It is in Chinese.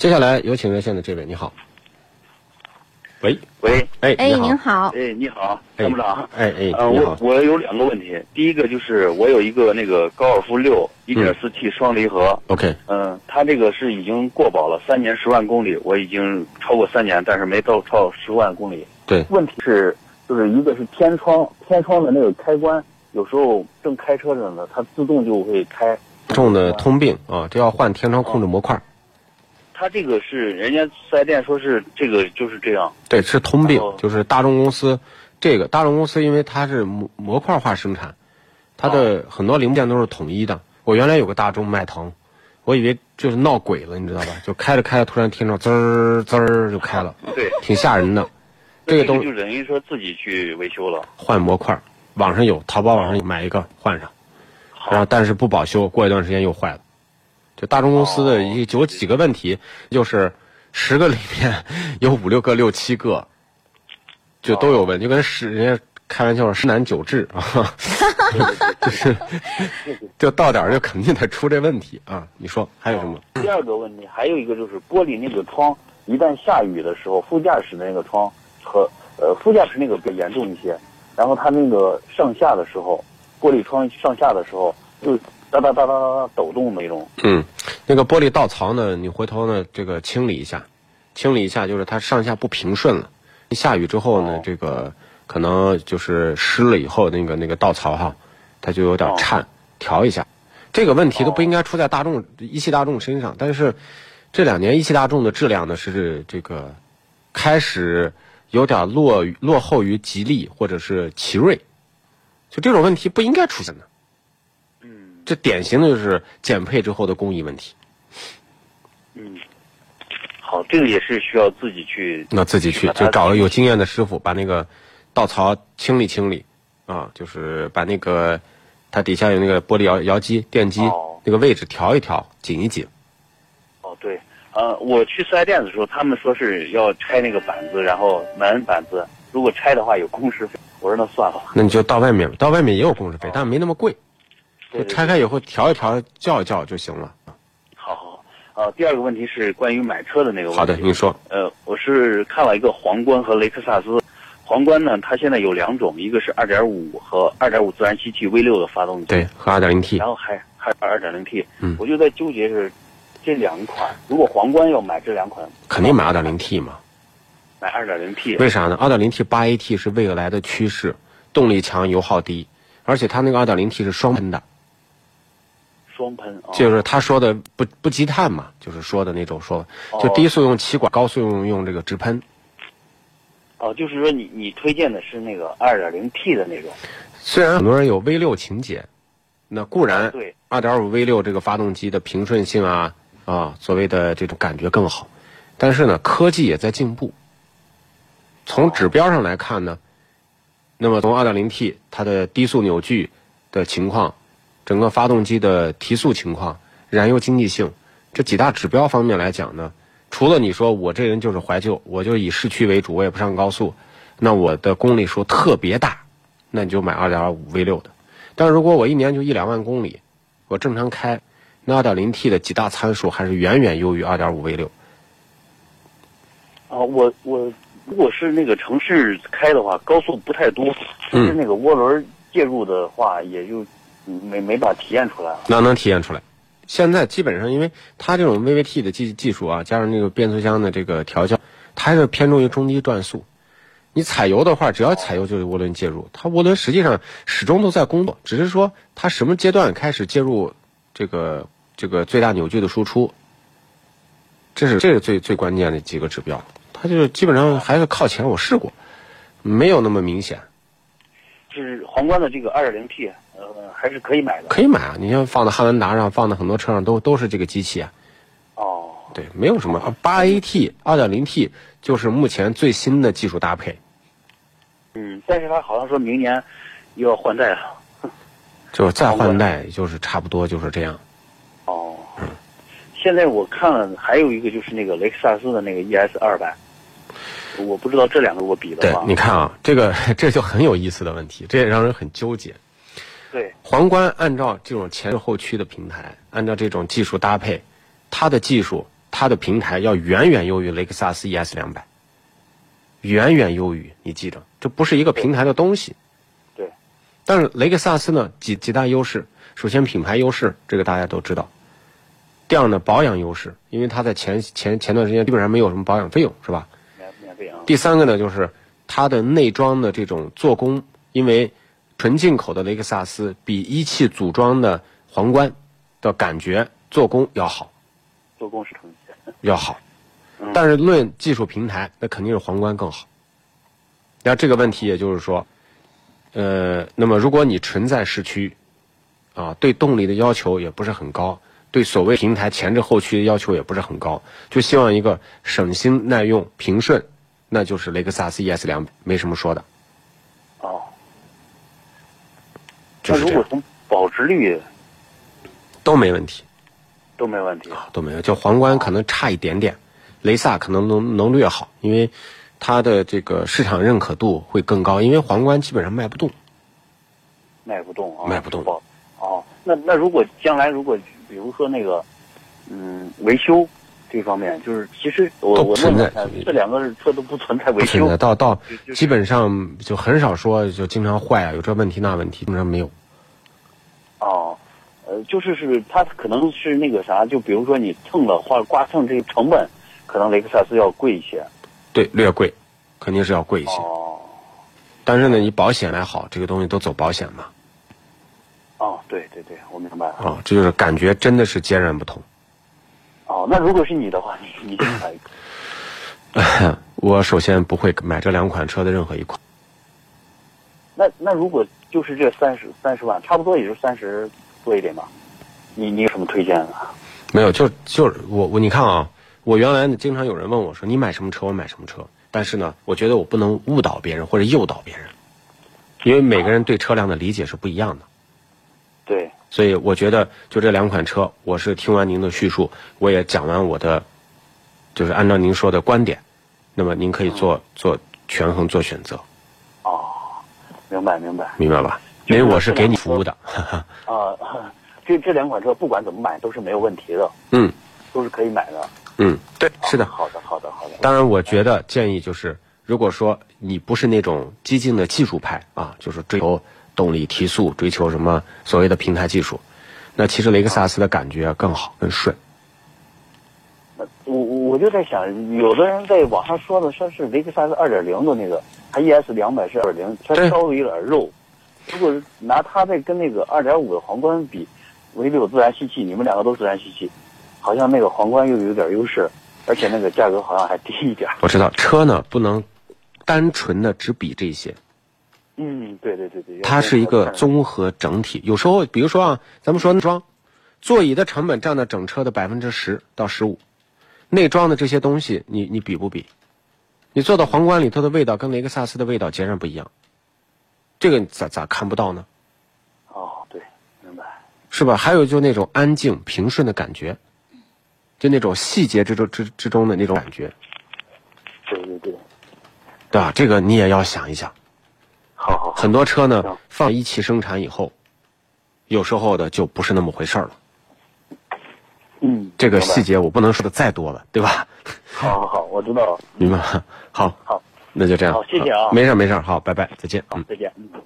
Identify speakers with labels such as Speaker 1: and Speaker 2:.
Speaker 1: 接下来有请热线的这位，你好。喂，
Speaker 2: 喂，
Speaker 1: 哎，
Speaker 3: 哎，
Speaker 1: 你
Speaker 3: 您好，
Speaker 2: 哎，你好，
Speaker 1: 哎
Speaker 2: 参谋长。
Speaker 1: 哎哎，
Speaker 2: 呃，
Speaker 1: 你
Speaker 2: 我
Speaker 1: 好，
Speaker 2: 我有两个问题，第一个就是我有一个那个高尔夫六一点四
Speaker 1: 嗯
Speaker 2: T 双离合，
Speaker 1: ，OK，
Speaker 2: 嗯、它这个是已经过保了，三年十万公里，我已经超过三年，但是没到超十万公里。
Speaker 1: 对，
Speaker 2: 问题是就是一个是天窗，天窗的那个开关，有时候正开车着呢，它自动就会开。
Speaker 1: 重的通病啊，这要换天窗控制模块，
Speaker 2: 它这个是人家四 S 店说是这个就是这样，
Speaker 1: 对，是通病
Speaker 2: 哦，
Speaker 1: 就是大众公司这个大众公司，因为它是模模块化生产，它
Speaker 2: 哦
Speaker 1: 的很多零部件都是统一的。我原来有个大众迈腾，我以为就是闹鬼了，你知道吧？就开着开着，突然天窗滋儿滋儿就开了，
Speaker 2: 对，
Speaker 1: 挺吓人的。这个东
Speaker 2: 就
Speaker 1: 西
Speaker 2: 等于说自己去维修了。
Speaker 1: 换模块，网上有，淘宝网上有买一个换上，然后但是不保修，过一段时间又坏了。就大众公司的一有几个问题，就是十个里面有五六个、六七个，就都有问题，就跟十人家开玩笑说十男九痔啊， 就是 就到点儿就肯定得出这问题啊。你说还有什么？
Speaker 2: 第二个问题还有一个就是玻璃那个窗，一旦下雨的时候，副驾驶的那个窗和呃副驾驶那个比较严重一些，然后它那个上下的时候，玻璃窗上下的时候就哒哒哒哒哒哒抖动那种。
Speaker 1: 嗯，那个玻璃倒槽呢，你回头呢这个清理一下，清理一下就是它上下不平顺了。一下雨之后呢，
Speaker 2: 哦
Speaker 1: 这个可能就是湿了以后那个那个倒槽哈，它就有点颤，调一下。这个问题都不应该出在大众一汽大众身上，但是这两年一汽大众的质量呢是这个开始有点落于落后于吉利或者是奇瑞，就这种问题不应该出现的。
Speaker 2: 嗯
Speaker 1: 这典型的就是减配之后的工艺问题。
Speaker 2: 嗯，好，这个也是需要自己去
Speaker 1: 那自己去
Speaker 2: 把它
Speaker 1: 就找个有经验的师傅，把那个稻槽清理清理，啊，就是把那个它底下有那个玻璃摇摇机、电机、
Speaker 2: 哦
Speaker 1: 那个位置调一调，紧一紧。
Speaker 2: 哦，对，呃，我去四 S 店的时候，他们说是要拆那个板子，然后门板子，如果拆的话有工时费。我说那算了吧。
Speaker 1: 那你就到外面，到外面也有工时费，但没那么贵，就
Speaker 2: 对啊对对
Speaker 1: 拆开以后调一调、叫一叫就行了。
Speaker 2: 好好，呃，第二个问题是关于买车的那个问题。
Speaker 1: 好的，你说，
Speaker 2: 呃，我是看了一个皇冠和雷克萨斯。皇冠呢，它现在有两种，一个是2.5和2.5自然吸气 V 6的发动机，
Speaker 1: 对，和 2.0T
Speaker 2: 然后还还2 2 0 T。
Speaker 1: 嗯
Speaker 2: 我就在纠结是这两款，如果皇冠要买这两款，
Speaker 1: 肯定买 2.0T 嘛。
Speaker 2: 买2 0 T。
Speaker 1: 为啥呢？2 0 T 8 AT 是未来的趋势，动力强，油耗低，而且它那个2 0 T 是双喷的，
Speaker 2: 哦双喷啊，
Speaker 1: 就是他说的不不积碳嘛，就是说的那种说法，就
Speaker 2: 哦
Speaker 1: 低速用气管，高速用用这个直喷。
Speaker 2: 哦，就是说你你推荐的是那个2 0 T 的那种，
Speaker 1: 虽然很多人有 V 六情节，那固然
Speaker 2: 啊对，
Speaker 1: 二点五 V 六这个发动机的平顺性啊啊，所谓的这种感觉更好，但是呢，科技也在进步。从指标上来看呢，那么从 2.0T 它的低速扭矩的情况，整个发动机的提速情况、燃油经济性这几大指标方面来讲呢，除了你说我这人就是怀旧，我就以市区为主，我也不上高速，那我的公里数特别大，那你就买2.5 V 六的。但是如果我一年就一两万公里，我正常开，那 2.0T 的几大参数还是远远优于2.5 V 六。
Speaker 2: 啊，我我如果是那个城市开的话，高速不太多，其实
Speaker 1: 嗯
Speaker 2: 那个涡轮介入的话，也就没没法体验出来了。
Speaker 1: 那能体验出来。现在基本上，因为它这种 VVT 的技技术啊，加上那个变速箱的这个调教，它还是偏重于中低转速。你踩油的话，只要踩油就是涡轮介入，它涡轮实际上始终都在工作，只是说它什么阶段开始介入这个这个最大扭矩的输出，这是这是最最关键的几个指标。它就是基本上还是靠前，我试过，没有那么明显。
Speaker 2: 就是皇冠的这个 2.0T，呃，还是可以买的。
Speaker 1: 可以买啊，你像放到汉兰达上，放到很多车上都都是这个机器啊。
Speaker 2: 哦，
Speaker 1: 对，没有什么。八 AT、二点零 T 就是目前最新的技术搭配，
Speaker 2: 嗯，但是他好像说明年又要换代了。
Speaker 1: 就是再换代，就是差不多就是这样。
Speaker 2: 哦，现在我看了还有一个就是那个雷克萨斯的那个 E ES 2 0 0我不知道这两个我比的
Speaker 1: 对
Speaker 2: 话，，
Speaker 1: 你看啊，这个 这就很有意思的问题，这也让人很纠结。
Speaker 2: 对，
Speaker 1: 皇冠按照这种前置后驱的平台，按照这种技术搭配，它的技术、它的平台要远远优于雷克萨斯 ES 两百，远远优于。你记着，这不是一个平台的东西。
Speaker 2: 对，
Speaker 1: 但是雷克萨斯呢，几几大优势，首先品牌优势，这个大家都知道。第二呢，保养优势，因为它在前前前段时间基本上没有什么保养费用，是吧？
Speaker 2: 免免费啊。
Speaker 1: 第三个呢，就是它的内装的这种做工，因为纯进口的雷克萨斯比一汽组装的皇冠的感觉做工要好，
Speaker 2: 做工是成绩。
Speaker 1: 要好。
Speaker 2: 嗯
Speaker 1: 但是论技术平台，那肯定是皇冠更好。那这个问题也就是说，呃，那么如果你纯在市区，啊，对动力的要求也不是很高，对所谓平台前置后驱的要求也不是很高，就希望一个省心耐用、平顺，那就是雷克萨斯 ES 两，没什么说的，
Speaker 2: 哦，
Speaker 1: 就
Speaker 2: 那
Speaker 1: 是
Speaker 2: 如
Speaker 1: 这
Speaker 2: 果
Speaker 1: 样，
Speaker 2: 从保值率
Speaker 1: 都没问题，
Speaker 2: 都没问题，
Speaker 1: 都没有。就皇冠可能差一点点，雷萨可能能能略好，因为它的这个市场认可度会更高，因为皇冠基本上卖不动。
Speaker 2: 卖不动啊，
Speaker 1: 卖不动
Speaker 2: 保。哦，那那如果将来如果比如说那个，嗯，维修这方面，就是其实我
Speaker 1: 都
Speaker 2: 我
Speaker 1: 存
Speaker 2: 问了
Speaker 1: 在
Speaker 2: 一下这两个车都不存在维
Speaker 1: 不
Speaker 2: 修
Speaker 1: 存在，到到
Speaker 2: 就就是
Speaker 1: 基本上就很少说就经常坏啊，有这问题那问题，基本上没有。
Speaker 2: 哦，呃，就是是它可能是那个啥，就比如说你蹭了或者刮蹭这个成本，可能雷克萨斯要贵一些。
Speaker 1: 对，略贵，肯定是要贵一些。
Speaker 2: 哦
Speaker 1: 但是呢，你保险来好，这个东西都走保险嘛，
Speaker 2: 哦，对对对，我明白了。
Speaker 1: 啊，这就是感觉真的是截然不同。
Speaker 2: 哦，那如果是你的话，你你就买一个。
Speaker 1: 我首先不会买这两款车的任何一款，
Speaker 2: 那那如果就是这三十三十万，差不多也就三十多一点吧。你你有什么推荐啊？
Speaker 1: 没有，就就是我我你看啊，我原来经常有人问我说你买什么车，我买什么车，但是呢，我觉得我不能误导别人或者诱导别人，因为每个人对车辆的理解是不一样的。
Speaker 2: 对，
Speaker 1: 所以我觉得就这两款车，我是听完您的叙述，我也讲完我的，就是按照您说的观点，那么您可以做做权衡做选择，
Speaker 2: 明白明白
Speaker 1: 明白吧？
Speaker 2: 就
Speaker 1: 因
Speaker 2: 是
Speaker 1: 为我是给你服务的，
Speaker 2: 啊、 这这两款车不管怎么买都是没有问题的，
Speaker 1: 嗯
Speaker 2: 都是可以买的。
Speaker 1: 嗯，对，是的。
Speaker 2: 好的好的好的。
Speaker 1: 当然，我觉得建议就是，如果说你不是那种激进的技术派啊，就是追求动力提速，追求什么所谓的平台技术，那其实雷克萨斯的感觉更好更顺。
Speaker 2: 我我我就在想，有的人在网上说的说是雷克萨斯二点零的那个，它 ES 两百是二点零，它
Speaker 1: 对
Speaker 2: 稍微有点肉。如果是拿它再跟那个二点五的皇冠比，V 六自然吸气，你们两个都自然吸气，好像那个皇冠又有点优势，而且那个价格好像还低一点儿。
Speaker 1: 我知道车呢不能单纯的只比这些，
Speaker 2: 嗯，对对对对，
Speaker 1: 它是一个综合整体。有时候，比如说啊，咱们说内装，座椅的成本占到整车的百分之十到十五，内装的这些东西，你你比不比？你坐到皇冠里头的味道跟雷克萨斯的味道截然不一样，这个你咋咋看不到呢？
Speaker 2: 哦，对，明白。
Speaker 1: 是吧？还有就那种安静平顺的感觉，就那种细节之中之之中的那种感觉，
Speaker 2: 对对对，
Speaker 1: 对吧？这个你也要想一想。
Speaker 2: 好好好，
Speaker 1: 很多车呢
Speaker 2: 行，
Speaker 1: 放一汽生产以后，有时候的就不是那么回事儿了。
Speaker 2: 嗯，
Speaker 1: 这个
Speaker 2: 明白
Speaker 1: 细，节我不能说的再多了，对吧？
Speaker 2: 好好好，我知道了。
Speaker 1: 明白吗？好，
Speaker 2: 好，
Speaker 1: 那就这样。
Speaker 2: 好谢谢啊
Speaker 1: 没事儿没事儿，好，拜拜，再见。嗯
Speaker 2: 好，。再见。嗯。